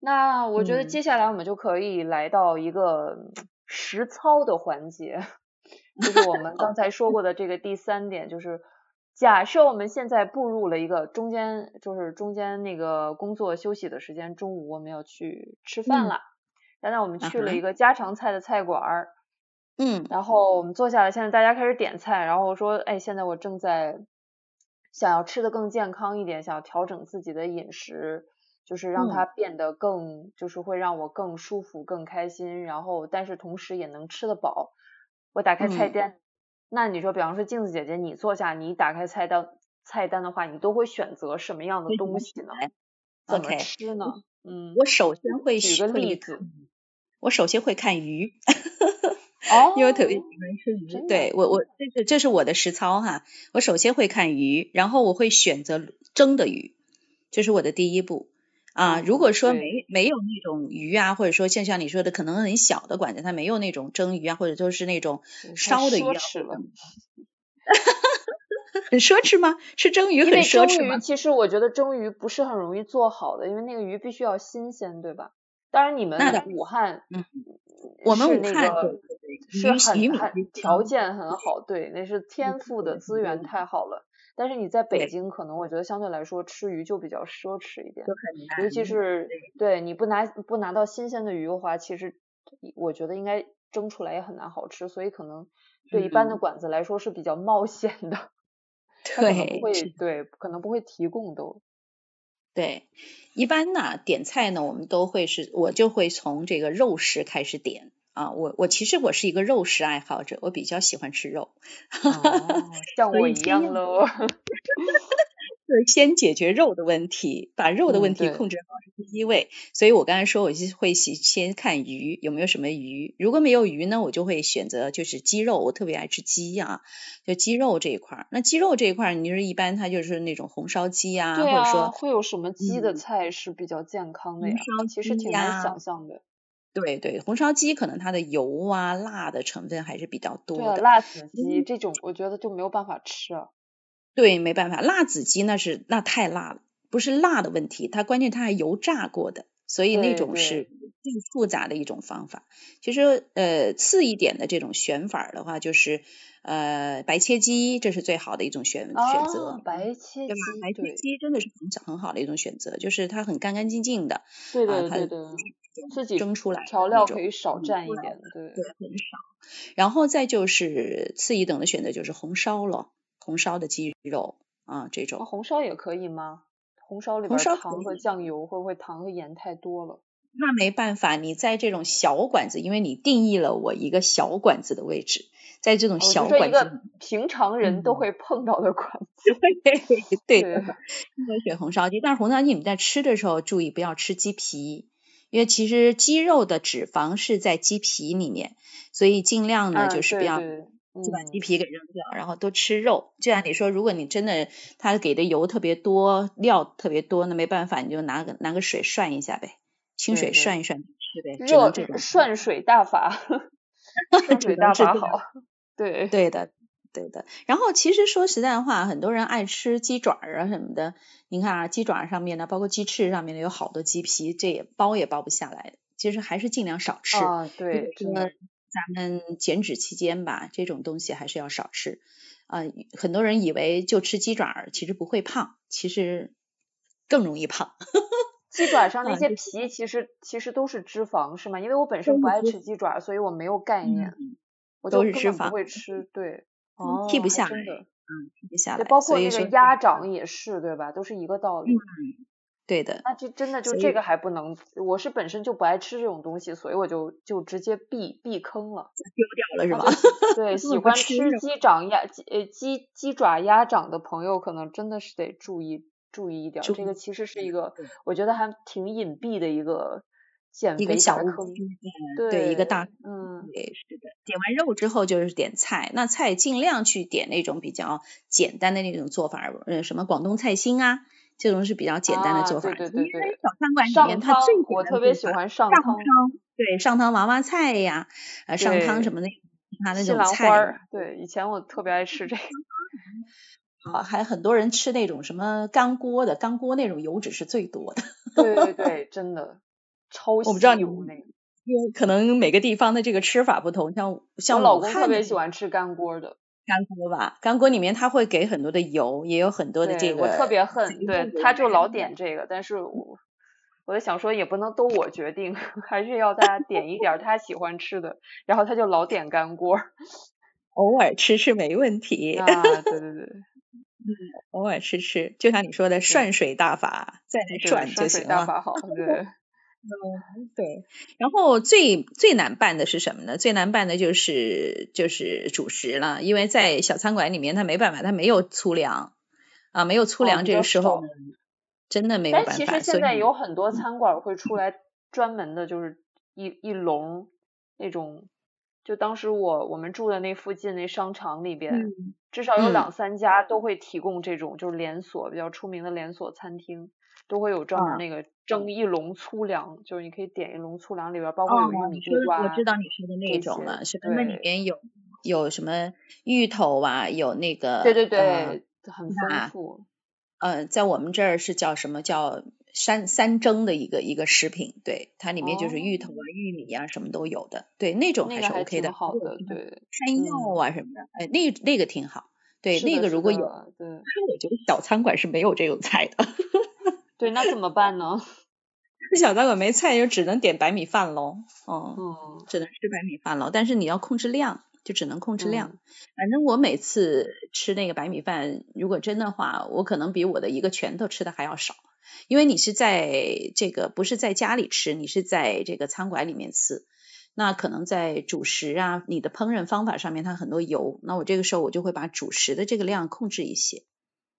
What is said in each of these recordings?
那我觉得嗯接下来我们就可以来到一个嗯实操的环节，就是我们刚才说过的这个第三点，就是假设我们现在步入了一个中间，就是中间那个工作休息的时间，中午我们要去吃饭嗯了，然后我们去了啊哈一个家常菜的菜馆儿，嗯然后我们坐下来，现在大家开始点菜，然后我说，哎，现在我正在想要吃的更健康一点，想要调整自己的饮食，就是让嗯它变得更，就是会让我更舒服、更开心，然后但是同时也能吃得饱。我打开菜嗯单，那你说，比方说镜子姐姐，你坐下，你打开菜单菜单的话，你都会选择什么样的为什么东 西呢？怎么，OK，吃呢？嗯，我首先会举个会例看子鱼我首先会看鱼， 哦，因为我特别喜欢吃真的啊鱼。对我，我这是这是我的实操哈。我首先会看鱼，然后我会选择蒸的鱼，这是我的第一步啊。如果说对没没有那种鱼啊，或者说像像你说的，可能很小的馆子，它没有那种蒸鱼啊，或者就是那种太烧的鱼奢啊，侈了。 很奢侈吗？吃蒸鱼因很为奢蒸侈鱼吗？其实我觉得蒸鱼不是很容易做好的，因为那个鱼必须要新鲜，对吧？当然你们那当武汉，嗯，我们是武那汉个对对对是鱼很鱼米之很条乡件很好，对，那是天赋的资源太好了。但是你在北对京，可能我觉得相对来说吃鱼就比较奢侈一点，都很难，尤其是对你不拿不拿到新鲜的鱼的话，其实我觉得应该蒸出来也很难好吃，所以可能对一般的嗯馆子来说是比较冒险的。 他可能不对，会是对，可能不会提供 都。对，一般呢点菜呢，我们都会是，我就会从这个肉食开始点啊。我我其实我是一个肉食爱好者，我比较喜欢吃肉，哦像所我以一这样样喽。 就是先解决肉的问题，把肉嗯的问题对控制好是第一位。所以我刚才说，我就会先先看鱼有没有什么鱼，如果没有鱼呢，我就会选择就是鸡肉，我特别爱吃鸡啊，就鸡肉这一块儿。那鸡肉这一块儿，你就是一般它就是那种红烧鸡啊，对或者啊，说会有什么鸡的嗯菜是比较健康的红呀？烧其实鸡挺难呀想象的。对对，红烧鸡可能它的油啊、辣的成分还是比较对多啊，的。辣子鸡嗯这种，我觉得就没有办法吃啊。对，没办法，辣子鸡那是那太辣了，不是辣的问题，它关键它还油炸过的，所以那对种对是更复杂的一种方法。其实呃次一点的这种选法儿的话，就是呃白切鸡，这是最好的一种选选啊，择。白切对吧？鸡，白切对，鸡真的是很很好的一种选择，就是它很干干净净的对啊，对它对不对，是那种自己蒸出来调的那料种可以少嗯蘸出一来点，对。对，很少。然后再就是次一等的选择就是红烧了，红烧的鸡肉啊这啊，种，红烧也可以吗？红烧里红边烧儿可糖和以酱油会不会糖和盐太多了？那没办法，你在这种小馆子，因为你定义了我一个小馆子的位置，在这种啊我哦就嗯小说一馆子个里，平常人都嗯会碰到的款。对对的，会选红烧鸡。但是红烧鸡你在吃的时候注意不要吃鸡皮，因为其实鸡肉的脂肪是在鸡皮里面，所以尽量呢嗯，就是不对要对，就把嗯，鸡皮给扔掉，然后多吃肉。就像你说，如果你真的他给的油特别多，料特别多，那没办法，你就拿个拿个水涮一下呗，清对水对涮一涮就吃呗，只热能这种嗯涮水大法，涮只水能大这法种好。对，对的，对的。然后其实说实在话，很多人爱吃鸡爪儿啊什么的。你看啊，鸡爪儿上面呢，包括鸡翅上面呢，有好多鸡皮，这也剥也剥不下来。其实还是尽量少吃。啊，如对，真果说的，咱们减脂期间吧，这种东西还是要少吃。啊、很多人以为就吃鸡爪儿，其实不会胖，其实更容易胖。鸡爪上那啊些就皮其实其实都是脂肪是吗？因为我本身都不是爱脂吃鸡爪，所以我没有概念，嗯，我就都是根脂本不肪，嗯会吃。对，哦，剔不还下来，真的，嗯，剔不下对，来。包括所以那个说，鸭掌也是，对吧？都是一个道理。对的，那这真的就所这以个还不能，我是本身就不爱吃这种东西，所以我就就直接避避坑了。丢掉了是那吧？就喜对，根喜本不欢吃吃肉鸡掌鸭鸡呃鸡鸡爪鸭掌的朋友，可能真的是得注意注意一点儿。注这个意其实是一一个对，我觉得还挺隐蔽的一个减 一个肥小大误坑。区，嗯对，一个大对，嗯，对，是的。点完肉之后就是点菜，那菜尽量去点那种比较简单的那种做法，呃，什么广东菜心啊，这种是比较简单的啊做法。对对因为对对小餐馆里上面它汤最简我单的特别做喜法欢上上汤，汤，对，上汤娃娃菜呀，呃，上汤什对么的，其他那西种兰花菜呀。儿，对，以前我特别爱吃这个。啊，还很多 人吃那种什么干锅的，干锅那种油脂是最多的。对对对，真的，超我不知道稀你有那个。因为可能每个地方的这个吃法不同，像我像老武公汉特别的喜欢吃干锅的，干锅吧，干锅里面它会给很多的油，也有很多的这对个我特别自恨，己对弄的他就老对点这个，但是我我就想说也不能都我决定， 还是要他点一点儿他喜欢吃的，然后他就老点干锅儿偶尔吃吃没问题，啊，对对对，偶尔吃吃，就像你说的涮水大法，再来对 涮就拴水行大了。法好， 对，对，然后最最难办的是什么呢？最难办的就是就是主食了，因为在小餐馆里面，它没办法，它没有粗粮啊，没有粗哦粮，比这较个时候少真的没有但办其法，实所现以在有很多餐馆儿会出来专门的，就是一一笼那种，就当时我我们住的那附近那商场里边，嗯至少有嗯两三家都会提供这种，就是连锁比较出名的连锁餐厅，都会有专门啊那个蒸一笼粗粮，就是你可以点一笼粗粮，里边儿包哦，括有玉米你地说的我瓜知道你说的那这种些，了，什么那里对面有有什么芋头啊，有那个对对呃对，很丰啊富，呃，在我们这儿是叫什么叫三三蒸的一个一个食品，对，它里面就是芋头哦，啊、玉米啊什么都有的，对，那种那还个是还 OK 的。嗯挺好还有的，什么对，山药嗯，啊什么的，哎，那那个挺好。对，是那的，个是如果有，的，对。但我觉得小餐馆是没有这种菜的， 对，那怎么办呢？ 小餐馆没菜就只能点白米饭喽，嗯，嗯只能吃白米饭喽。但是你要控制量，就只能控制量。嗯反正我每次吃那个白米饭，如果真的话，我可能比我的一个拳头吃的还要少，因为你是在这个不是在家里吃，你是在这个餐馆里面吃。那可能在主食啊，你的烹饪方法上面它很多油，那我这个时候我就会把主食的这个量控制一些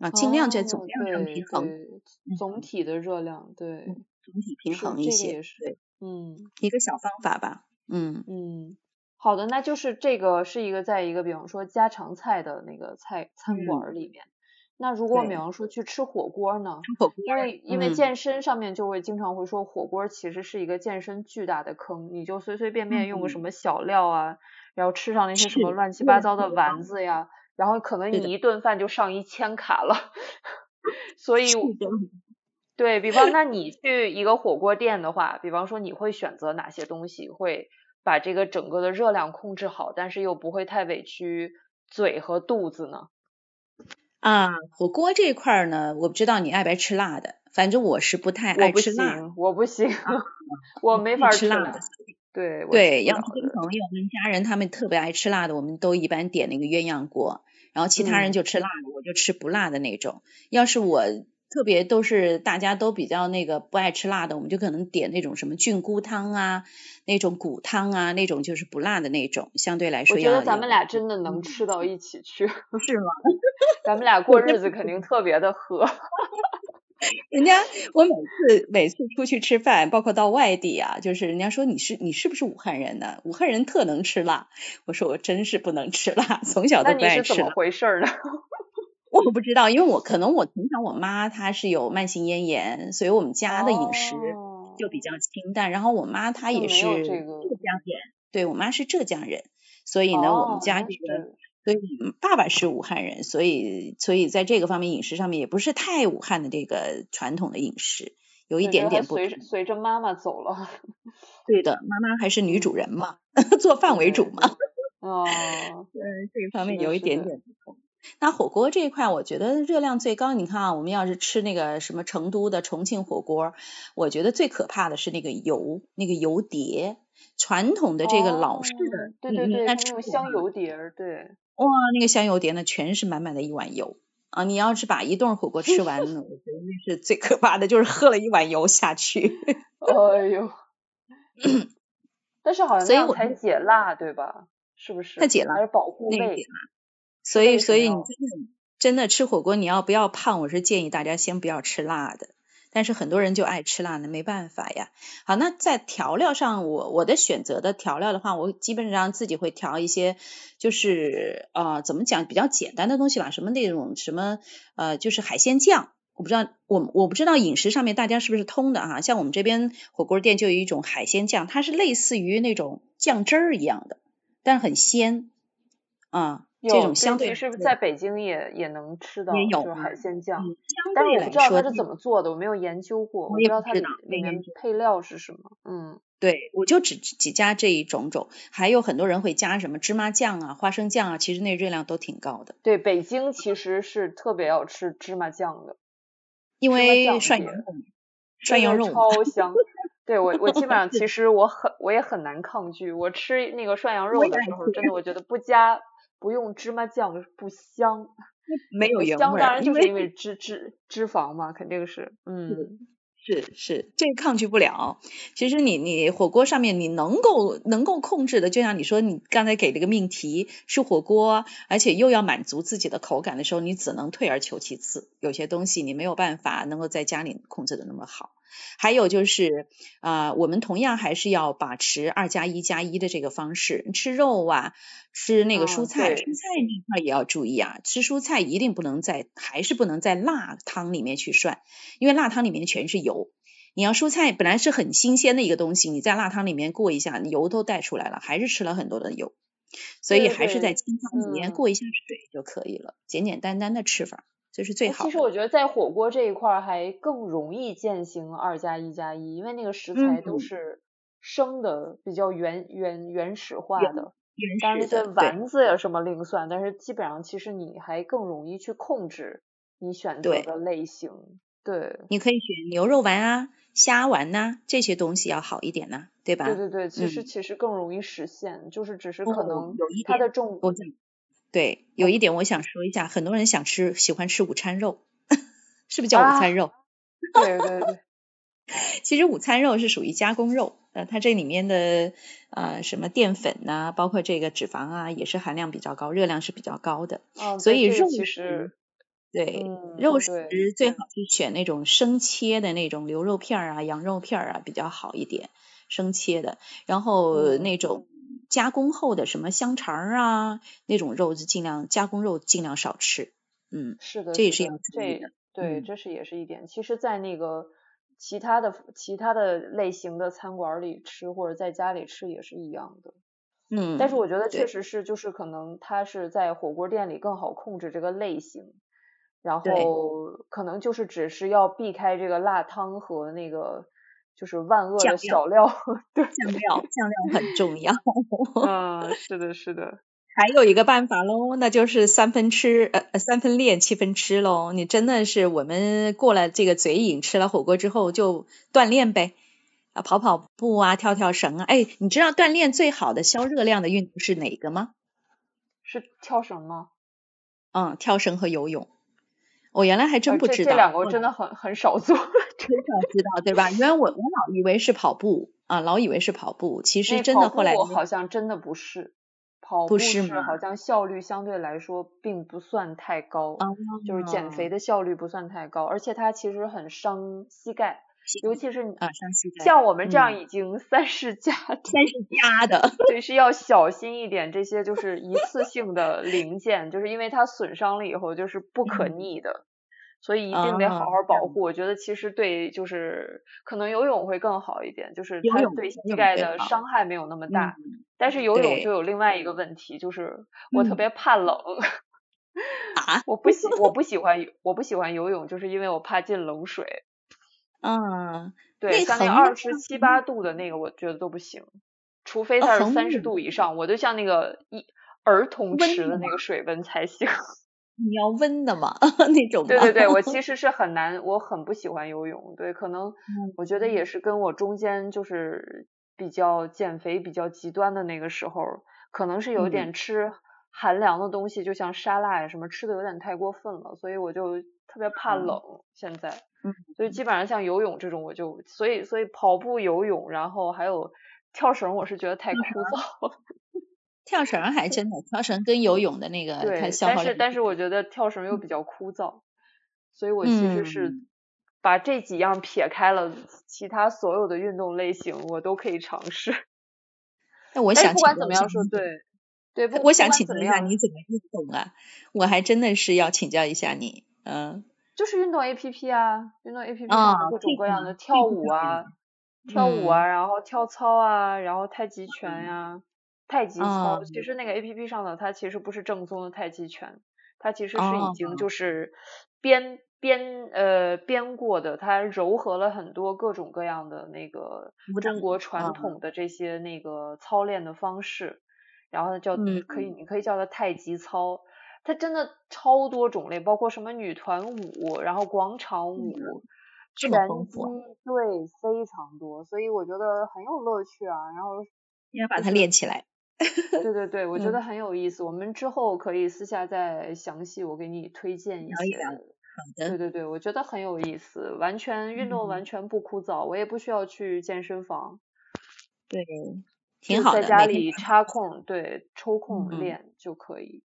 啊，尽量在总哦，量上对平衡，对，总嗯，体的热量，对，嗯，总体平是衡一这个些，也是，对，嗯一个小方法吧，嗯。嗯，好的，那就是这个是一个在一个比方说家常菜的那个菜餐馆嗯，儿里面。那如果比对，方说去吃火锅儿呢？吃火锅因儿，为因为嗯健身上面就会经常会说火锅儿其实是一个健身巨大的坑，你就随随便便用个什嗯，么小料啊，然后吃上那些是什么乱七热八量糟特的别丸高，子呀，然后可能是的，你一顿饭就上一千卡了。 所以是我这样的。对比方，那你去一个火锅店的话，比方说你会选择哪些东西，会把这个整个的热量控制好，但是又不会太委屈嘴和肚子呢？啊，火锅这块儿呢，我不知道你爱不爱吃辣的，反正我是不太我爱不吃辣的行，我不行，啊， 我我不没爱法儿吃吃辣的。辣，对，我嗯吃对，不要了是跟的。朋友、跟家人他们特别爱吃辣的，我们都一般点那个鸳鸯锅，然后其他嗯人就吃辣的，我就吃不辣的那种。要是我特别都是大家都比较那个不爱吃辣的，我们就可能点那种什么菌菇汤啊，那种骨汤啊，那种就是不辣的那种，相对来我说觉得要咱们有，俩真的能嗯，吃到一起去， 是吗？咱们俩我过这日子肯定特别的合。人家我每次每次出去吃饭，包括到外地啊，就是人家说你是你是不是武汉人呢？武汉人特能吃辣，我说我真是不能吃辣，从小那都不你是爱怎吃么辣。回事儿呢？我不知道，因为我可能我从小我妈她是有慢性咽炎，所以我们家的饮食就哦，比较清淡。然后我妈她就也没有这是浙个。江人，对我妈是浙江人，所以呢，我们哦，家那这个，是，所以嗯爸爸是武汉人，所以所以在这个方面饮食上面也不是太武汉的这个传统的饮食，有对，一觉点还点不随着同。随着妈妈走了。对的，妈妈还是女主嗯，人嘛， 做饭为主对嘛。对， 哦，对，这方是面的，有一是点的，点不同。那火锅这一块，我觉得热量最高。你看啊，我们要是吃那个什么成都的重庆火锅，我觉得最可怕的是那个油，那个油碟。传统的这个老式哦，的，嗯对你对你应对，该他吃那种过吧？香油碟儿，对，哇，那个香油碟呢，全是满满的一碗油啊！你要是把一顿火锅吃完，我觉得那是最可怕的，就是喝了一碗油下去。哎 呦，但是好像那所以样我才就解辣，对吧？是不太是？解了，还是保护那个胃？解是所以，为所什么以你要？真的真的吃火锅，你要不要胖？我是建议大家先不要吃辣的，但是很多人就爱吃辣的，没办法呀。好，那在调料上，我我的选择的调料的话，我基本上自己会调一些，就是呃，怎么讲，比较简单的东西吧，什么那种什么呃，就是海鲜酱。我不知道，我我不知道饮食上面大家是不是通的啊？像我们这边火锅店就有一种海鲜酱，它是类似于那种酱汁儿一样的，但是很鲜啊。这有种相对其实来说在北京也也能吃到，也有就是吗海鲜酱，嗯相但是对我不来知道它说是怎么做的，我没有研究过，我我也知道不它知里道没里面研究配料是什么。嗯，对，我就只只加这一种种，还有很多人会加什么芝麻酱啊、花生酱啊，其实那热量都挺高的，对，北京其实是特别要吃芝麻酱的，因芝麻为酱涮碟羊肉嘛，真涮羊的肉嘛， 超香。对我，我基本上其实我很我也很难抗拒。我吃那个涮羊我肉也的爱时候，吃真的我觉得不加不用芝麻酱不香，没有不原香味当儿，然因就是为因为脂脂脂肪嘛，肯定是。嗯，是是，这个抗拒不了。其实你你火锅上面你能够能够控制的，就像你说你刚才给了个命题，吃火锅，而且又要满足自己的口感的时候，你只能退而求其次。有些东西你没有办法能够在家里控制的那么好。还有就是啊、我们同样还是要把持二加一加一的这个方式，吃肉啊，吃那个蔬啊菜，蔬对菜那块儿也要注意啊，吃蔬菜一定不能在还是不能在辣汤里面去涮，因为辣汤里面全是油。你要蔬菜本来是很新鲜的一个东西，你在辣汤里面过一下，油都带出来了，还是吃了很多的油，所对以对还是在对，清汤里面嗯。过一下水就可以了，简简单单的吃法，这是最哎，其好实的。我觉得在火锅这一块儿还更容易践行二加一加一，因为那个食材都嗯，是生的，比较原原原始原化的。原当然那始些的，对丸子呀什么另算，但是基本上其实你还更容易去控制你选择对，的类型。对，你可以选牛肉丸啊、虾丸呐、这些东西要好一点呐、对对吧？对对，其实嗯，其实更容易实现，就是只是哦，可能有一它点的重我想对，有哦一点我想说一下，很多人想吃喜欢吃午餐肉， 是不是叫午餐啊，肉？对对对，其实午餐肉是属于加工肉，呃，它这里面的呃什么淀粉呐、包括这个脂肪啊，也是含量比较高，热量是比较高的。嗯，所对，以这个肉其食，实，对，肉嗯，食对，最好去选那种生切的那种牛肉片儿啊、羊肉片儿啊比较好一点，生切的。然后嗯。那种加工后的什么香肠儿啊，那种肉就尽量加工肉尽量少吃，嗯，是的，这也是是要的，注意这的，对，嗯。这是也是一点。其实，在那个其他的其他的类型的餐馆儿里吃，或者在家里吃也是一样的。但是嗯，我觉得确对实是，就是可能它是在火锅店里更好控制这个类型，然对，后可能就是只是要避开这个辣汤和那个就是万恶酱的料小料。 对，嗯酱料酱料很重要。嗯，是的，是的，还有一个办法喽，那就是三分吃，呃，呃三分练，七分吃喽。你真的是我们过了这个嘴瘾，吃了火锅之后就锻炼呗，啊，跑跑步啊，跳跳绳啊。哎，你知道锻炼最好的消热量的运动是哪个吗？是跳绳吗？嗯，跳绳和游泳。我原来还真呃，不这知这两道，嗯个我我真的很很少做，很少知道，对吧？原来我我老以为是跑步啊，老以为是跑步，其实那嗯真跑的后来步好像真的不是，跑不步是吗？是好像效率相对来说并不算太高，就是减肥哦，的效率不算太高，而且它其实很伤膝盖，膝尤其是你盖啊，伤膝盖，像我们这样嗯，已经三十加 的，但是加的。对，是要小心一点，这些就是一次性的零件，就是因为它损伤了以后就是不可嗯逆的。所以一定得好啊，好这保样护。我觉得其实对，就是可能游泳会更好一点，就是游它泳对游膝泳盖最的好，伤害没有那么嗯，大。但是游泳就对，有另外一个问题，就是我特嗯别怕冷，啊，我不喜我不喜欢游我不喜欢游泳，就是因为我怕进冷水。啊，对，那像那恒温二十呢？七八度的那个，我觉得都不行，除非啊，它是恒三十温度以上，我就像那个一儿童温池的的嘛，那个水温才行。你要温的嘛， 那种对嘛，对对， 我其实是很难，我很不喜欢游泳。对，可能嗯我觉得也是跟我中间就是比较减肥比较极端的那个时候，可能是有嗯，点吃寒凉的东西，就像沙拉呀什么，吃的有点太过分了，所以我就特别怕冷啊，现在。嗯，所以基本上像游泳这种，我就所以所以跑步、游泳，然后还有跳绳，我是觉得太跳枯绳，燥了。跳绳儿还真的，跳绳跟游泳的那个它对，消但耗是量，但是我觉得跳绳又比较枯燥，所以我其实是嗯，把这几样撇开了，其他所有的运动类型我都可以尝试。那我 但是想不请管教怎么一下样说，你怎么，对对，不我不想管请怎教么一下样，你怎么运动啊？我还真的是要请教一下你，嗯，就是运动 APP 啊，运动 APP 啊，上的各种这各个样的这跳个舞倒有，啊、跳舞嗯。啊，然后跳操啊，然后太极拳呀、太极啊操，其实那个 A P P 上的它其实不是正宗的太极拳，它其实是已哦经就是编编呃编过的，它糅合了很多各种各样的那个舞蹈中国啊传统的这些那个操练的方式，然后叫嗯可以你可以叫它太极操。它真的超多种类，包括什么女团舞，然后广场对呀舞、嗯这么拳丰击富啊，，对，非常多，所以我觉得很有乐趣啊。然 后要把就它是练起来。对对对，我觉嗯，得很有意思。我们之后可以私下再详细，我给你推荐一聊一些。聊。好对的，对对，我觉得很有意思，完全运动完嗯，全不枯燥，我也不需要去健身房，对，挺就好在的，家每天里插空，对，抽空嗯，练就可以。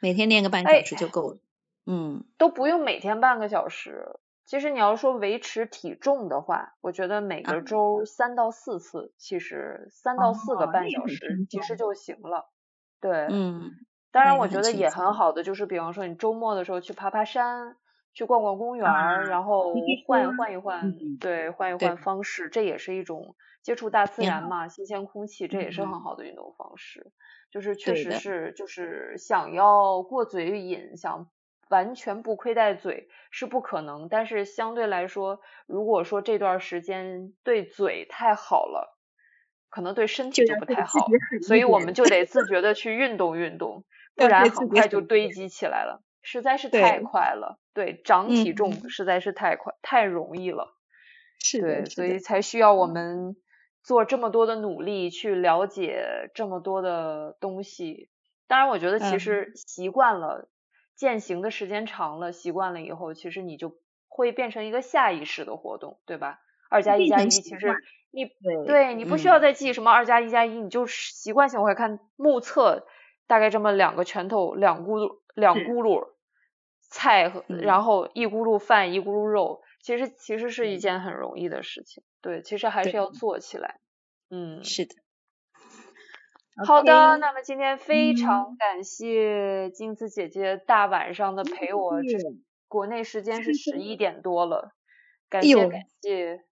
每天练个半小哎，时就够了。嗯，都不用每天半个小时。其实你要说维持体重的话，我觉得每啊，个周三到四次，其实三哦，到四个那半也小很时轻其实松。就行了。对，嗯，当那然也我很觉得轻也很松好的就是，比方说你周末的时候去爬爬山，去逛逛公园啊。儿，然听后听歌换换一换，嗯，对，换一对，换方式，这也是一种接触大自挺然好。嘛，新鲜空气，这也是很嗯，好的运动方式。就是确对实的，是，就是想要过嘴瘾，想完全不亏待嘴是不可能，但是相对来说，如果说这段儿时间对嘴太好了，可能对身就体要就不对太自己好，狠所一以我点，们 就得自觉的去运动运动，不要然对自很己快狠就一堆点。积起来了，实在是太对，快了，对，长体重嗯，实在是太快，太容易了。是的，对，是所的，以才需要我嗯，们做这么多的努力去了解这么多的东西。当然，我觉得其嗯实习惯了，践行的时间长了，习惯了以后，其实你就会变成一个下意识的活动，对吧？二加一变加成一，习其惯。实你对，对你不需嗯，要再记什么二加一加一，你就习惯性会看目测，大概这么两个拳头，两轱辘，两是，轱辘菜和，嗯，然后一轱辘饭，一轱辘肉，其实其实是一对，件很容易的事情。对，其实还对，是要做起来。嗯，是的好，OK，的，那么今天非常嗯，感谢金子姐姐大晚上的陪我，这是，国内时间是十 一点多了，哎感谢感呦，谢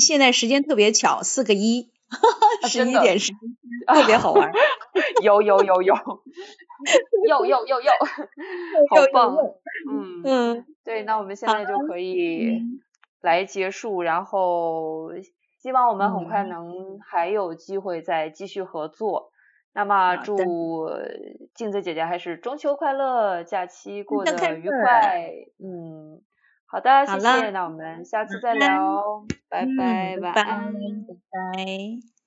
现在时间特别巧，四个一，啊，十真一的点十一分，特别好玩儿，有有有 有有有有有， 好又又又棒，又，嗯。嗯，对，那我们现好，啊在就可以嗯来结束，然后希望我们很快嗯，能还有机会再继续合作。那么好的，祝呃镜子姐姐还是中秋快乐，假期中过秋快得愉乐，快。嗯，好的，好谢了，谢，那我们下次晚再安，聊，拜嗯，拜，拜晚拜，安。拜拜。